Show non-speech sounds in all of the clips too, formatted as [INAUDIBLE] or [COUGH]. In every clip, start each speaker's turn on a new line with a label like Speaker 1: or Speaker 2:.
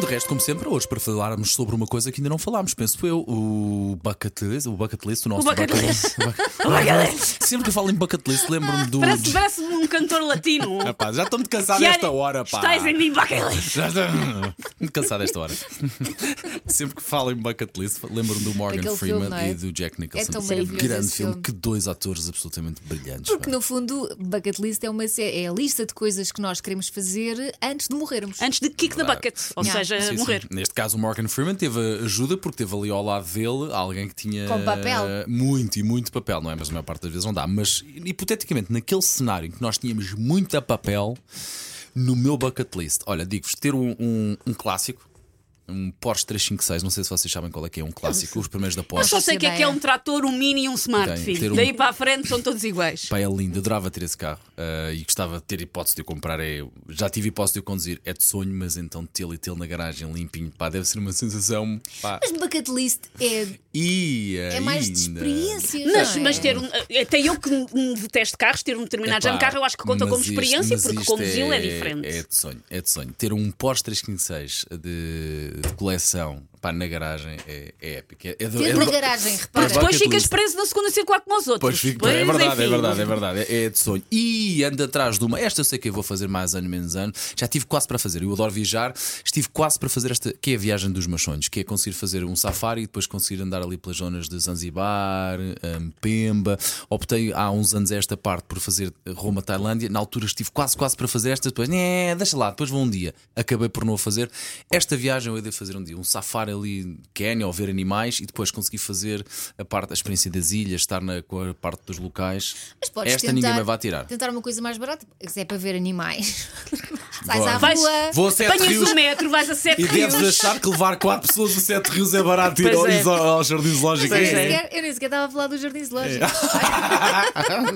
Speaker 1: De resto, como sempre, hoje para falarmos sobre uma coisa que ainda não falámos, penso eu, o bucket list, o bucket list, o nosso
Speaker 2: bucket [LAUGHS]
Speaker 1: list.
Speaker 2: Oh my God!
Speaker 1: Sempre que eu falo em bucket list,
Speaker 2: [LAUGHS]
Speaker 1: lembro-me do.
Speaker 2: Parece, parece um cantor
Speaker 1: [LAUGHS]
Speaker 2: latino.
Speaker 1: Rapaz, já estou-me cansado
Speaker 2: Tiago,
Speaker 1: esta hora, pá.
Speaker 2: Estás em mim, Bacalis.
Speaker 1: Já estou [LAUGHS] cansado esta hora. [LAUGHS] Sempre que falo em bucket list, lembro-me do Morgan
Speaker 3: Daquele
Speaker 1: Freeman
Speaker 3: filme, não é?
Speaker 1: e do Jack Nicholson.
Speaker 3: É tão
Speaker 1: Sim.
Speaker 3: maravilhoso
Speaker 1: Grande
Speaker 3: esse
Speaker 1: filme,
Speaker 3: filme.
Speaker 1: que dois atores absolutamente brilhantes.
Speaker 3: Porque
Speaker 1: pá.
Speaker 3: no fundo, bucket list é, uma, sé- é a lista de coisas que nós queremos fazer antes de morrermos.
Speaker 2: Antes de kick the bucket, ou
Speaker 3: Yeah.
Speaker 2: seja,
Speaker 1: Sim, sim.
Speaker 2: morrer.
Speaker 1: Neste caso, o Morgan Freeman teve ajuda porque teve ali ao lado dele alguém que tinha
Speaker 3: Com papel.
Speaker 1: eh, muito e muito papel, não é? Mas a maior parte das vezes não dá. Mas hipoteticamente, naquele cenário em que nós tínhamos muita papel no meu bucket list, olha, digo-vos, ter um, um- um clássico. Um Porsche 356, não sei se vocês sabem qual é que é um clássico, os primeiros da
Speaker 2: Mas
Speaker 1: Porsche.
Speaker 2: só sei que é que é
Speaker 3: Ideia.
Speaker 2: um trator, um mini e um smart,
Speaker 1: Tem, ter
Speaker 2: filho.
Speaker 1: um-
Speaker 2: Daí para a frente são todos iguais.
Speaker 1: Pá, é lindo, adorava ter esse carro eh, e gostava de ter hipótese de o comprar. É, já tive hipótese de o conduzir, é de sonho, mas então tê-lo e tê-lo na garagem limpinho, pá, deve ser uma sensação. Pá.
Speaker 3: Mas bucket list é,
Speaker 1: E né?
Speaker 3: é mais de
Speaker 1: ainda-
Speaker 3: experiências.
Speaker 2: Mas,
Speaker 3: não é?
Speaker 2: mas ter um. Até eu que hum, detesto carros, ter um determinado já
Speaker 1: Epá,
Speaker 2: no carro, eu acho que conta
Speaker 1: mas
Speaker 2: como
Speaker 1: isto-
Speaker 2: experiência,
Speaker 1: mas
Speaker 2: porque
Speaker 1: isto
Speaker 2: conduzi-lo é, diferente.
Speaker 1: É de sonho, é de sonho. Ter um Porsche 356 de, de coleção pá, na garagem é, é épico. É, é do-
Speaker 3: Ter
Speaker 1: é
Speaker 3: na
Speaker 1: do-
Speaker 3: garagem, repara.
Speaker 2: Porque
Speaker 1: é
Speaker 2: depois
Speaker 1: bucket
Speaker 2: ficas
Speaker 1: list.
Speaker 2: preso na segunda circular como os outros.
Speaker 1: Pois fico, é verdade, é
Speaker 2: enfim.
Speaker 1: verdade, é verdade, é é de sonho. E ando atrás de uma, esta eu sei que eu vou fazer mais ano, menos ano, já tive quase para fazer, eu adoro viajar, estive quase para fazer esta, que é a viagem dos meus sonhos, que é conseguir fazer um safari e depois conseguir andar ali pelas zonas de Zanzibar, hum, Pemba. Optei há uns anos a esta parte por fazer Roma, Tailândia, na altura estive quase, quase para fazer esta, depois, né, deixa lá, depois vou um dia. Acabei por não a fazer. Esta viagem eu ia fazer um dia, um safari ali em Quénia, ou ver animais e depois consegui fazer a parte, a experiência das ilhas, estar na, com a parte dos locais.
Speaker 3: Mas podes
Speaker 1: esta
Speaker 3: tentar,
Speaker 1: ninguém me vai tirar.
Speaker 3: Tentar uma coisa mais barata, se é para ver animais. [LAUGHS] Sais
Speaker 1: Bora.
Speaker 3: à
Speaker 2: Vais-
Speaker 3: rua.
Speaker 1: Vou a sete
Speaker 2: Apanhas
Speaker 1: rios
Speaker 2: o um metro, vais a sete
Speaker 1: e
Speaker 2: rios.
Speaker 1: deves achar que levar quatro pessoas a sete rios é barato ir
Speaker 2: Pois
Speaker 1: ao,
Speaker 2: é.
Speaker 1: iso- ao jardim zoológico.
Speaker 3: Eu nem
Speaker 2: Pois é.
Speaker 3: sequer- Eu nem sequer estava a falar do jardim zoológico.
Speaker 1: É. Boa
Speaker 2: Estava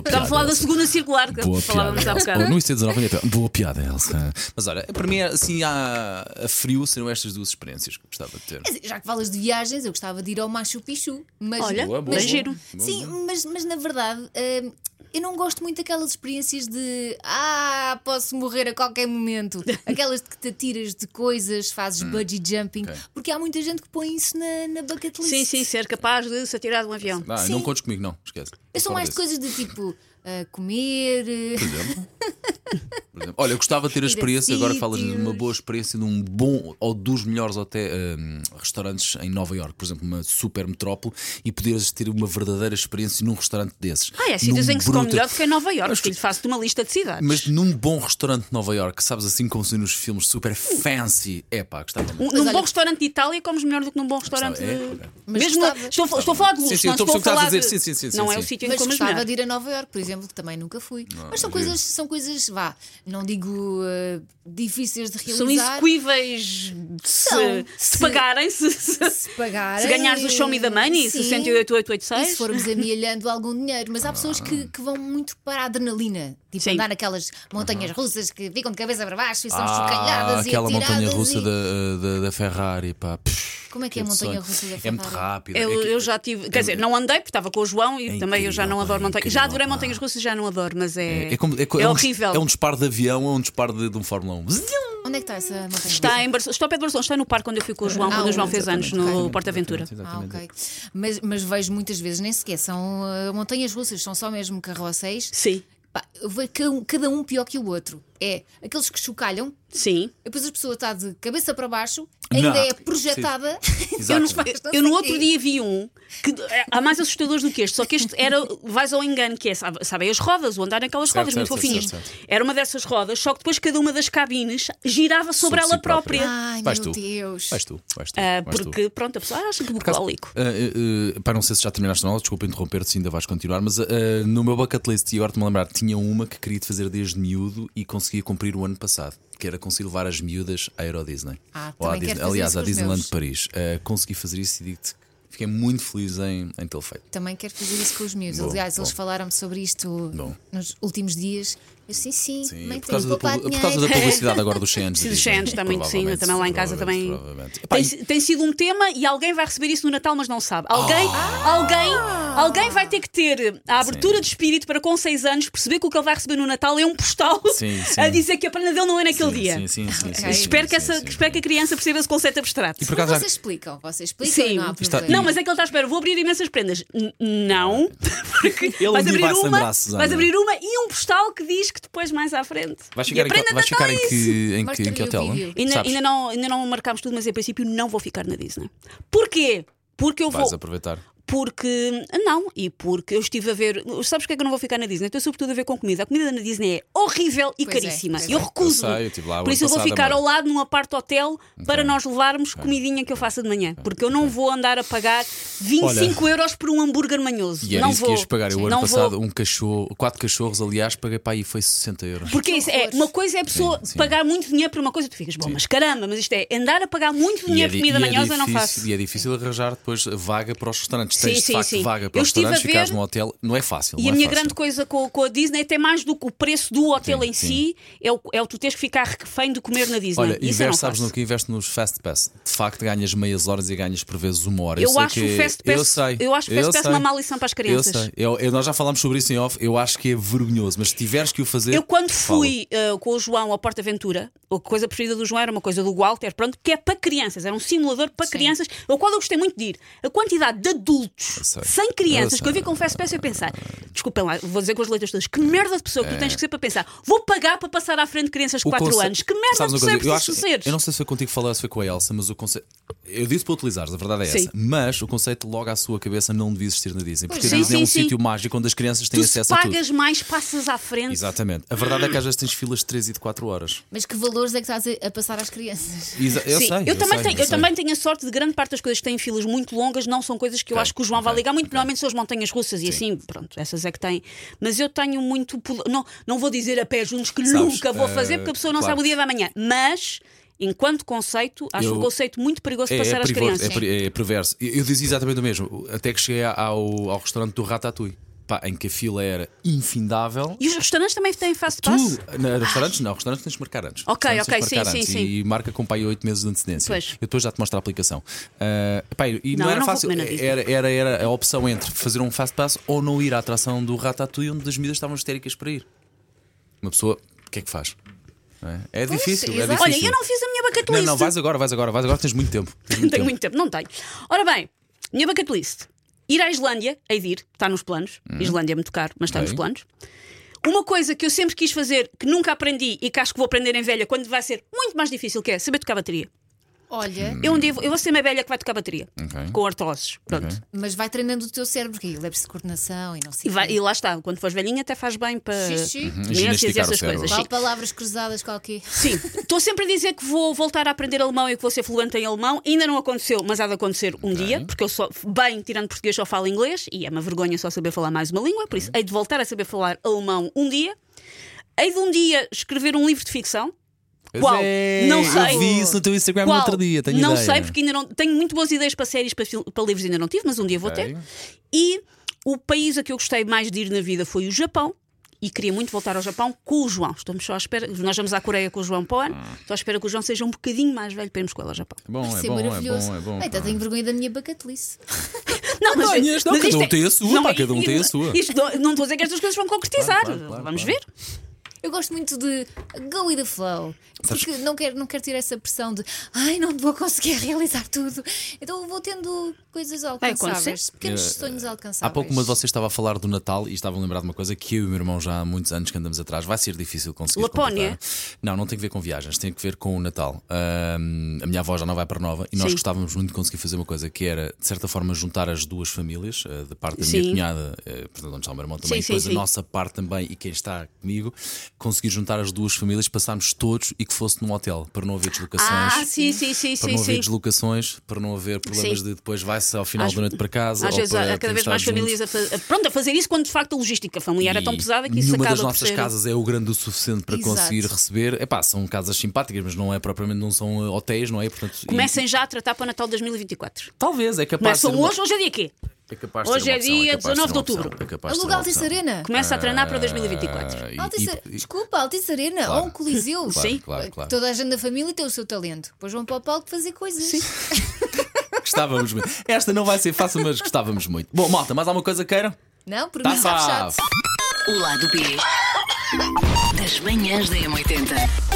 Speaker 2: a
Speaker 1: piada,
Speaker 2: falar da
Speaker 1: Elsa.
Speaker 2: segunda circular que
Speaker 1: Boa
Speaker 2: falávamos
Speaker 1: piada.
Speaker 2: há
Speaker 1: Elsa.
Speaker 2: bocado.
Speaker 1: Ou No IC19 ainda é pior. Boa piada, Elsa. Mas olha, para mim, assim, a, a frio serão estas duas experiências que eu gostava de ter.
Speaker 3: Quer dizer, Já que falas de viagens, eu gostava de ir ao Machu Picchu. Mas,
Speaker 2: Olha,
Speaker 1: Boa, boa,
Speaker 2: mas
Speaker 1: boa.
Speaker 2: giro.
Speaker 1: Boa,
Speaker 3: Sim,
Speaker 1: boa.
Speaker 3: mas, mas na verdade hum, eu não gosto muito daquelas experiências de ah, posso morrer a
Speaker 2: [LAUGHS]
Speaker 3: qualquer momento. Aquelas de que te atiras de coisas, fazes bungee jumping,
Speaker 1: Hum, ok.
Speaker 3: porque há muita gente que põe isso na, na bucket list.
Speaker 2: Sim, sim, ser capaz de se atirar de um avião.
Speaker 1: Ah,
Speaker 3: Sim.
Speaker 1: não contes comigo, não, esquece.
Speaker 3: Eu sou
Speaker 1: Fora
Speaker 3: mais de
Speaker 1: disso.
Speaker 3: coisas de tipo ah, comer. eh,
Speaker 1: Por exemplo. Por exemplo. Olha, eu gostava de ter a
Speaker 3: [LAUGHS] Ir a
Speaker 1: experiência, agora falas de uma
Speaker 3: sítios.
Speaker 1: boa experiência de um bom ou dos melhores hotel, hum, restaurantes em Nova York, por exemplo, uma super metrópole, e poderes ter uma verdadeira experiência num restaurante desses.
Speaker 2: Ah, é
Speaker 1: Num
Speaker 2: sítios em que se come
Speaker 1: bruto-
Speaker 2: melhor do que em Nova York, filho. Faço-te uma lista de cidades.
Speaker 1: Mas num bom restaurante de Nova York, sabes assim como se nos filmes super fancy. É pá, gostava muito.
Speaker 2: Um- num
Speaker 3: olha-
Speaker 2: bom restaurante de Itália comes melhor do que num bom restaurante
Speaker 1: Gostava, é,
Speaker 2: de.
Speaker 1: ok.
Speaker 3: Mas
Speaker 2: Mesmo na-
Speaker 3: gostava.
Speaker 2: estou, a fal- estou a falar de luxo,
Speaker 1: Sim, sim,
Speaker 2: não
Speaker 1: eu estou a
Speaker 2: estou a
Speaker 1: perceber o que
Speaker 2: falar
Speaker 1: estás a
Speaker 2: de...
Speaker 1: dizer. Sim, sim, sim,
Speaker 2: Não
Speaker 1: sim,
Speaker 2: é o
Speaker 1: sim.
Speaker 2: sítio em
Speaker 3: Mas
Speaker 2: que comes
Speaker 3: gostava
Speaker 2: melhor.
Speaker 3: de ir a Nova York, por exemplo, que também nunca fui. mas são
Speaker 1: Ah, giro.
Speaker 3: coisas, são coisas, vá, não digo ah, difíceis de
Speaker 2: São
Speaker 3: realizar.
Speaker 2: execuíveis de se,
Speaker 3: São,
Speaker 2: de se
Speaker 3: se-
Speaker 2: pagarem, se, se-
Speaker 3: se pagarem.
Speaker 2: se ganhares o show me the money,
Speaker 3: Sim.
Speaker 2: 68886.
Speaker 3: E
Speaker 2: [LAUGHS]
Speaker 3: se formos amealhando algum dinheiro, mas há pessoas que, que vão muito para a adrenalina, tipo
Speaker 2: Sim.
Speaker 3: andar naquelas montanhas russas que ficam de cabeça para baixo e são
Speaker 1: Ah,
Speaker 3: chocalhadas e
Speaker 1: aquela
Speaker 3: atiradas.
Speaker 1: montanha russa
Speaker 3: e...
Speaker 1: da, da, da Ferrari, pá. Pff,
Speaker 3: Como é que é a
Speaker 1: de
Speaker 3: montanha
Speaker 1: sonho.
Speaker 3: russa da
Speaker 1: É muito
Speaker 3: Ferrari?
Speaker 1: rápida.
Speaker 2: Eu,
Speaker 1: É que-
Speaker 2: eu já tive, quer dizer, não andei porque estava com o João e
Speaker 1: É
Speaker 2: também eu já
Speaker 1: incrível,
Speaker 2: não adoro
Speaker 1: pá,
Speaker 2: montanhas.
Speaker 1: incrível,
Speaker 2: Já adorei
Speaker 1: pá.
Speaker 2: montanhas russas, já não adoro, mas é,
Speaker 1: É, é como, é, co- é um-
Speaker 2: horrível.
Speaker 1: é um disparo de avião, é um disparo de, de um Fórmula 1.
Speaker 3: Onde é que está essa montanha russa?
Speaker 2: Está em Barcelona, está ao pé de Barcelona, está no parque onde eu fui com o João,
Speaker 3: Ah,
Speaker 2: quando o João
Speaker 3: onde?
Speaker 2: fez anos, no Porta-Aventura.
Speaker 3: Ah, ok. Mas, mas vejo muitas vezes, nem sequer são ah, montanhas russas, são só mesmo carrosséis.
Speaker 2: Sim,
Speaker 3: Pá, eu vejo ca- um- cada um pior que o outro. É aqueles que chocalham,
Speaker 2: sim.
Speaker 3: depois a pessoa está de cabeça para baixo, ainda
Speaker 1: Não.
Speaker 3: é projetada.
Speaker 2: Eu,
Speaker 1: Exato.
Speaker 2: não-
Speaker 3: não
Speaker 2: eu no
Speaker 3: sei
Speaker 2: outro
Speaker 3: quê.
Speaker 2: dia vi um que é, há mais assustadores do que este, só que este era vais ao engano, que é, sabe- sabem, as rodas, o andar naquelas
Speaker 1: Certo,
Speaker 2: rodas
Speaker 1: certo,
Speaker 2: muito
Speaker 1: certo,
Speaker 2: fofinhas.
Speaker 1: certo, certo.
Speaker 2: Era uma dessas rodas, só que depois cada uma das cabines girava sobre,
Speaker 1: Sobre
Speaker 2: ela
Speaker 1: si própria.
Speaker 2: própria.
Speaker 3: Ai,
Speaker 1: Vais
Speaker 3: meu
Speaker 1: tu.
Speaker 3: Deus.
Speaker 1: Vais tu, vais tu.
Speaker 2: Ah,
Speaker 1: vais tu.
Speaker 2: porque, é pronto, a pessoa acha que bucólico.
Speaker 1: Ah, ah, ah, pá, não sei se já terminaste a aula, desculpa interromper-te se ainda vais continuar, mas ah, ah, no meu bucket list, e agora te me lembrar, tinha uma que queria fazer desde miúdo e conseguia cumprir o ano passado, que era conseguir levar as miúdas à Euro Disney.
Speaker 3: Ah,
Speaker 1: Ou à
Speaker 3: também quero
Speaker 1: Disney-
Speaker 3: fazer
Speaker 1: aliás,
Speaker 3: isso
Speaker 1: à
Speaker 3: com os
Speaker 1: Disneyland
Speaker 3: meus.
Speaker 1: de Paris. Ah, consegui fazer isso e digo-te que fiquei muito feliz em, em tê-lo feito.
Speaker 3: Também quero fazer isso com os meus.
Speaker 1: Bom,
Speaker 3: Aliás, eles
Speaker 1: bom.
Speaker 3: falaram-me sobre isto
Speaker 1: Bom.
Speaker 3: nos últimos dias Eu, sim, sim,
Speaker 1: Sim, é
Speaker 3: mãe,
Speaker 1: por causa, da,
Speaker 3: tenho que poupar
Speaker 1: pub- por causa da
Speaker 3: dinheiro. [LAUGHS]
Speaker 1: publicidade agora dos Xenos.
Speaker 2: Sim, dos Xenos também, sim, eu também lá em casa também.
Speaker 1: Epá,
Speaker 2: Tem,
Speaker 1: e-
Speaker 2: tem sido um tema e alguém vai receber isso no Natal, mas não sabe. Alguém,
Speaker 1: Ah!
Speaker 2: alguém, alguém vai ter que ter a abertura de espírito para, com 6 anos, perceber que o que ele vai receber no Natal é um postal
Speaker 1: Sim, sim.
Speaker 2: [LAUGHS] a dizer que a prenda dele não é naquele
Speaker 1: sim,
Speaker 2: dia.
Speaker 1: Sim, sim, sim, sim,
Speaker 3: Ok.
Speaker 1: sim,
Speaker 2: Espero, que
Speaker 1: sim,
Speaker 2: essa,
Speaker 1: sim.
Speaker 2: espero que a criança perceba esse conceito abstrato.
Speaker 1: E por
Speaker 3: Mas
Speaker 1: acaso
Speaker 3: vocês explicam, vocês explicam.
Speaker 2: Sim.
Speaker 3: não há
Speaker 1: Está-
Speaker 3: problema.
Speaker 2: Não, mas é que ele está à espera. Vou abrir imensas prendas. N- não, porque
Speaker 1: Ele um
Speaker 2: vais
Speaker 1: dia
Speaker 2: abrir,
Speaker 1: vai se
Speaker 2: uma,
Speaker 1: lembrar, Susana.
Speaker 2: vais abrir uma e um postal que diz que depois mais à frente.
Speaker 1: Vai chegar
Speaker 2: e
Speaker 1: em
Speaker 2: a prenda
Speaker 1: que, vai
Speaker 2: de
Speaker 1: chegar
Speaker 2: Natal
Speaker 1: em
Speaker 2: é isso.
Speaker 1: que, em que, em que
Speaker 3: Mostra-lhe o
Speaker 1: hotel?
Speaker 3: vídeo.
Speaker 2: Ainda,
Speaker 1: Sabes?
Speaker 2: ainda, não, ainda não marcámos tudo, mas em princípio não vou ficar na Disney. Porquê? Porque eu
Speaker 1: Vais
Speaker 2: vou.
Speaker 1: aproveitar.
Speaker 2: Porque. Não, e porque eu estive a ver. Sabes porque é que eu não vou ficar na Disney? Estou sobretudo a ver com comida. A comida na Disney é horrível e
Speaker 3: Pois é,
Speaker 2: caríssima.
Speaker 3: pois
Speaker 2: eu
Speaker 3: é.
Speaker 2: recuso.
Speaker 1: Eu sei, eu estive lá o
Speaker 2: Por
Speaker 1: ano
Speaker 2: isso eu vou
Speaker 1: passado,
Speaker 2: ficar
Speaker 1: amor.
Speaker 2: ao lado num aparte hotel para nós levarmos comidinha que eu faça de manhã. Porque eu não vou andar a pagar 25 euros por um hambúrguer manhoso.
Speaker 1: E era
Speaker 2: não
Speaker 1: isso
Speaker 2: vou.
Speaker 1: que ias pagar. Eu,
Speaker 2: Sim.
Speaker 1: ano
Speaker 2: não
Speaker 1: passado,
Speaker 2: vou.
Speaker 1: um cachorro, quatro cachorros, aliás, paguei para aí foi 60 euros.
Speaker 2: Porque é isso, é,
Speaker 3: horror.
Speaker 2: uma coisa é a pessoa
Speaker 1: Sim, sim.
Speaker 2: pagar muito dinheiro por uma coisa, tu ficas, bom, mas caramba, mas isto é andar a pagar muito
Speaker 1: E é
Speaker 2: dinheiro
Speaker 1: di-
Speaker 2: por comida
Speaker 1: e é
Speaker 2: manhosa, eu não
Speaker 1: difícil-
Speaker 2: faço.
Speaker 1: E é difícil arranjar depois vaga para os restaurantes.
Speaker 2: Sim,
Speaker 1: Tens de
Speaker 2: sim,
Speaker 1: facto
Speaker 2: sim.
Speaker 1: vaga para
Speaker 2: Eu
Speaker 1: os
Speaker 2: estive a
Speaker 1: restaurantes, ficares
Speaker 2: ver-
Speaker 1: num hotel, não é fácil.
Speaker 2: E
Speaker 1: não
Speaker 2: a
Speaker 1: é
Speaker 2: minha
Speaker 1: fácil.
Speaker 2: grande coisa com, com a Disney, até mais do que o preço do hotel
Speaker 1: Sim,
Speaker 2: em
Speaker 1: sim.
Speaker 2: si, é o, é o tu teres que ficar refém de comer na Disney.
Speaker 1: Olha,
Speaker 2: Isso eu não
Speaker 1: investe, sabes
Speaker 2: faço.
Speaker 1: no que investe nos Fast Pass. De facto, ganhas meias horas e ganhas por vezes uma hora.
Speaker 2: Eu
Speaker 1: sei
Speaker 2: acho
Speaker 1: que- é-
Speaker 2: o Fast
Speaker 1: eu
Speaker 2: Pass-
Speaker 1: sei,
Speaker 2: eu acho o Fast Pass
Speaker 1: sei.
Speaker 2: uma má lição para as crianças.
Speaker 1: Eu sei. Eu- eu- nós já falámos sobre isso em off. Eu acho que é vergonhoso, mas se tiveres que o fazer.
Speaker 2: Eu, quando
Speaker 1: fala.
Speaker 2: fui eh, com o João ao Porta Aventura, a coisa preferida do João era uma coisa do Walter, pronto, que é para crianças, era um simulador para
Speaker 3: Sim.
Speaker 2: crianças, ao qual eu gostei muito de ir. A quantidade de adultos
Speaker 1: sei.
Speaker 2: sem
Speaker 1: Eu
Speaker 2: crianças que eu vi
Speaker 1: sei.
Speaker 2: com o Fast Pass, eu pensar, desculpem lá, vou dizer com as letras todas, que merda de pessoa que tu tens que ser para pensar, vou pagar para passar à frente de crianças de
Speaker 1: É. O
Speaker 2: 4
Speaker 1: conce-
Speaker 2: anos, que merda
Speaker 1: Sabes
Speaker 2: de
Speaker 1: uma
Speaker 2: pessoa é
Speaker 1: coisa? Eu,
Speaker 2: preciso
Speaker 1: acho-
Speaker 2: ser?
Speaker 1: eu não sei se foi contigo que falei ou se foi com a Elsa, mas o conceito. Eu disse para utilizares, a verdade é
Speaker 2: Sim.
Speaker 1: essa. Mas o conceito logo à sua cabeça não devia existir na Disney. Porque
Speaker 3: Pois
Speaker 1: a
Speaker 3: não.
Speaker 1: Disney é um
Speaker 2: Sim, sim,
Speaker 1: sítio mágico onde as crianças têm
Speaker 2: Tu se
Speaker 1: acesso a tudo.
Speaker 2: pagas mais, passas à frente.
Speaker 1: Exatamente. A verdade é que às vezes tens filas de 3 e de 4 horas.
Speaker 3: Mas que valores é que estás a a passar às crianças?
Speaker 1: [LAUGHS] Exa- eu
Speaker 2: Sim,
Speaker 1: sei.
Speaker 2: eu, também,
Speaker 1: sei,
Speaker 2: tenho, eu
Speaker 1: sei.
Speaker 2: também tenho a sorte de grande parte das coisas que têm filas muito longas não são coisas que eu
Speaker 1: Ok,
Speaker 2: acho que o João vai
Speaker 1: ok,
Speaker 2: ligar muito.
Speaker 1: ok.
Speaker 2: Normalmente são as montanhas russas e assim, pronto, essas é que têm. Mas eu tenho muito. pul- Não, não vou dizer a pé juntos que
Speaker 1: Sabes,
Speaker 2: nunca vou fazer
Speaker 1: eh,
Speaker 2: porque a pessoa não
Speaker 1: claro.
Speaker 2: sabe o dia da manhã. Mas, enquanto conceito, acho
Speaker 1: Eu-
Speaker 2: um conceito muito perigoso
Speaker 1: É,
Speaker 2: de passar
Speaker 1: é,
Speaker 2: às
Speaker 1: perivo-
Speaker 2: crianças.
Speaker 1: é per- é perverso. Eu, eu dizia exatamente o mesmo, até que cheguei ao, ao restaurante do Ratatouille, pá, em que a fila era infindável.
Speaker 2: E os restaurantes também têm fast
Speaker 1: Tu,
Speaker 2: pass?
Speaker 1: na, restaurantes não, restaurantes tens de marcar antes.
Speaker 2: Ok,
Speaker 1: Restaurantes tens de
Speaker 2: ok,
Speaker 1: marcar
Speaker 2: sim,
Speaker 1: antes
Speaker 2: sim,
Speaker 1: E marca com pai 8 meses de antecedência.
Speaker 2: Pois.
Speaker 1: Eu depois já te mostro a aplicação. Ah, pá, e não,
Speaker 2: Não, eu
Speaker 1: era
Speaker 2: não vou
Speaker 1: fácil,
Speaker 2: comer na Disney.
Speaker 1: era, era, era a opção entre fazer um fast pass ou não ir à atração do Ratatouille, onde as medidas estavam histéricas para ir. Uma pessoa, o que é que faz? Não É, É difícil, é
Speaker 3: exato.
Speaker 1: difícil.
Speaker 2: Olha, eu não fiz a minha bucket
Speaker 1: Não,
Speaker 2: list.
Speaker 1: não, vais agora, vais agora, vais agora, tens muito tempo. Tens
Speaker 2: Não tenho muito tempo, não tenho. Ora bem, minha bucket list: ir à Islândia, hei de ir, está nos planos.
Speaker 1: Hum.
Speaker 2: Islândia é muito caro, mas está
Speaker 1: Ok.
Speaker 2: nos planos. Uma coisa que eu sempre quis fazer, que nunca aprendi e que acho que vou aprender em velha, quando vai ser muito mais difícil, que é saber tocar bateria.
Speaker 3: Olha,
Speaker 1: Hum.
Speaker 2: Eu um dia vou, eu vou ser uma velha que vai tocar bateria,
Speaker 1: Ok.
Speaker 2: com artroses. Pronto.
Speaker 3: mas vai treinando o teu cérebro, porque ele é preciso de coordenação e não sei.
Speaker 2: E,
Speaker 3: o
Speaker 2: vai-
Speaker 3: quê.
Speaker 2: e lá está, quando fores velhinha, até faz bem para.
Speaker 3: Sim, sim. Uhum.
Speaker 2: Demências e
Speaker 1: Ginesticar o
Speaker 2: essas
Speaker 1: cérebro.
Speaker 2: coisas.
Speaker 3: Qual
Speaker 2: sim.
Speaker 3: palavras cruzadas qualquer.
Speaker 2: Sim, estou sempre a dizer que vou voltar a aprender alemão e que vou ser fluente em alemão. Ainda não aconteceu, mas há de acontecer um dia, porque eu só, bem, tirando português, só falo inglês e é uma vergonha só saber falar mais uma língua, por isso
Speaker 1: Uhum.
Speaker 2: hei de voltar a saber falar alemão um dia. Hei de um dia escrever um livro de ficção.
Speaker 1: Pois
Speaker 2: Qual?
Speaker 1: é,
Speaker 2: Não sei.
Speaker 1: Eu vi isso no teu Instagram
Speaker 2: Qual?
Speaker 1: no É um outro dia. Tenho
Speaker 2: não
Speaker 1: ideia.
Speaker 2: sei, porque ainda não tenho muito boas ideias para séries, para, fil- para livros ainda não tive, mas um dia vou
Speaker 1: Ok.
Speaker 2: ter. E o país a que eu gostei mais de ir na vida foi o Japão. E queria muito voltar ao Japão com o João. Estamos só à espera. Nós vamos à Coreia com o João para o ano. Estou à espera que o João seja um bocadinho mais velho para irmos com ele ao Japão.
Speaker 1: É bom, é
Speaker 3: Isso é
Speaker 1: bom, é
Speaker 3: maravilhoso.
Speaker 1: bom, é bom.
Speaker 3: Ai, até tenho vergonha da minha bacatelice.
Speaker 2: Não, mas,
Speaker 1: tenhas, [LAUGHS] não, cada
Speaker 2: isto
Speaker 1: um tem a sua, pá, cada um
Speaker 2: e-
Speaker 1: tem a sua.
Speaker 2: isto não, não estou a dizer que estas coisas vão concretizar.
Speaker 1: Claro, claro, claro,
Speaker 2: vamos
Speaker 1: claro.
Speaker 2: ver.
Speaker 3: Eu gosto muito de go with the flow. Porque não quero, não quero ter essa pressão de ai, não vou conseguir [LAUGHS] realizar tudo. Então vou tendo coisas alcançáveis,
Speaker 2: acontecer.
Speaker 3: pequenos
Speaker 1: Eh,
Speaker 3: sonhos alcançáveis.
Speaker 1: Há pouco uma de vocês estava a falar do Natal e estava a lembrar de uma coisa que eu e o meu irmão já há muitos anos que andamos atrás. Vai ser difícil conseguir.
Speaker 2: Lapónia?
Speaker 1: completar. Não, não tem a ver com viagens, tem a ver com o Natal. Ahm, a minha avó já não vai para Nova e nós
Speaker 2: Sim.
Speaker 1: gostávamos muito de conseguir fazer uma coisa que era, de certa forma, juntar as duas famílias, ah, da parte da minha
Speaker 2: Sim.
Speaker 1: cunhada, ah, portanto, onde está o meu irmão também,
Speaker 2: Sim, sim,
Speaker 1: depois a
Speaker 2: sim.
Speaker 1: nossa parte também e quem está comigo, conseguir juntar as duas famílias, passarmos todos e que fosse num hotel, para não haver deslocações
Speaker 2: Ah, sim, sim, sim,
Speaker 1: para
Speaker 2: sim.
Speaker 1: não haver
Speaker 2: sim.
Speaker 1: deslocações, para não haver problemas
Speaker 2: Sim.
Speaker 1: de depois vai-se ao final
Speaker 2: Às-
Speaker 1: da noite para casa.
Speaker 2: Às
Speaker 1: ou
Speaker 2: vezes
Speaker 1: para
Speaker 2: há cada vez
Speaker 1: estar
Speaker 2: mais
Speaker 1: junto.
Speaker 2: famílias a, fa- a- pronto, a fazer isso quando de facto a logística familiar é tão
Speaker 1: E
Speaker 2: pesada que isso
Speaker 1: nenhuma
Speaker 2: acaba
Speaker 1: das
Speaker 2: por
Speaker 1: nossas
Speaker 2: ser...
Speaker 1: casas é o grande o suficiente para
Speaker 3: Exato.
Speaker 1: conseguir receber. Epá, são casas simpáticas, mas não é propriamente, não são eh, hotéis, não é? Portanto, e-
Speaker 2: Comecem já a tratar para o Natal 2024.
Speaker 1: Talvez, é capaz de
Speaker 2: Começam
Speaker 1: ser uma-
Speaker 2: hoje, hoje é dia quê?
Speaker 1: É capaz de ser
Speaker 2: Hoje
Speaker 1: uma
Speaker 2: é
Speaker 1: opção,
Speaker 2: dia
Speaker 1: capaz ser
Speaker 2: 19 de
Speaker 1: uma opção,
Speaker 2: outubro.
Speaker 1: É capaz de ser
Speaker 3: Aluga
Speaker 1: uma
Speaker 3: Altice
Speaker 1: opção.
Speaker 3: Arena.
Speaker 2: Começa a treinar para
Speaker 1: Ah,
Speaker 2: 2024.
Speaker 1: e-
Speaker 3: Altice-
Speaker 1: e-
Speaker 3: Desculpa, Altice Arena
Speaker 1: Claro.
Speaker 3: ou um coliseu.
Speaker 1: Claro,
Speaker 2: Sim.
Speaker 1: claro, claro.
Speaker 3: Toda a gente da família tem o seu talento. Depois vão para o palco fazer coisas.
Speaker 1: Gostávamos muito. Esta não vai ser fácil, mas gostávamos muito. Bom, malta, mais alguma coisa queiram?
Speaker 3: Não, por mim
Speaker 1: Tá
Speaker 3: está fechado.
Speaker 1: safe.
Speaker 4: O lado B das manhãs da M80.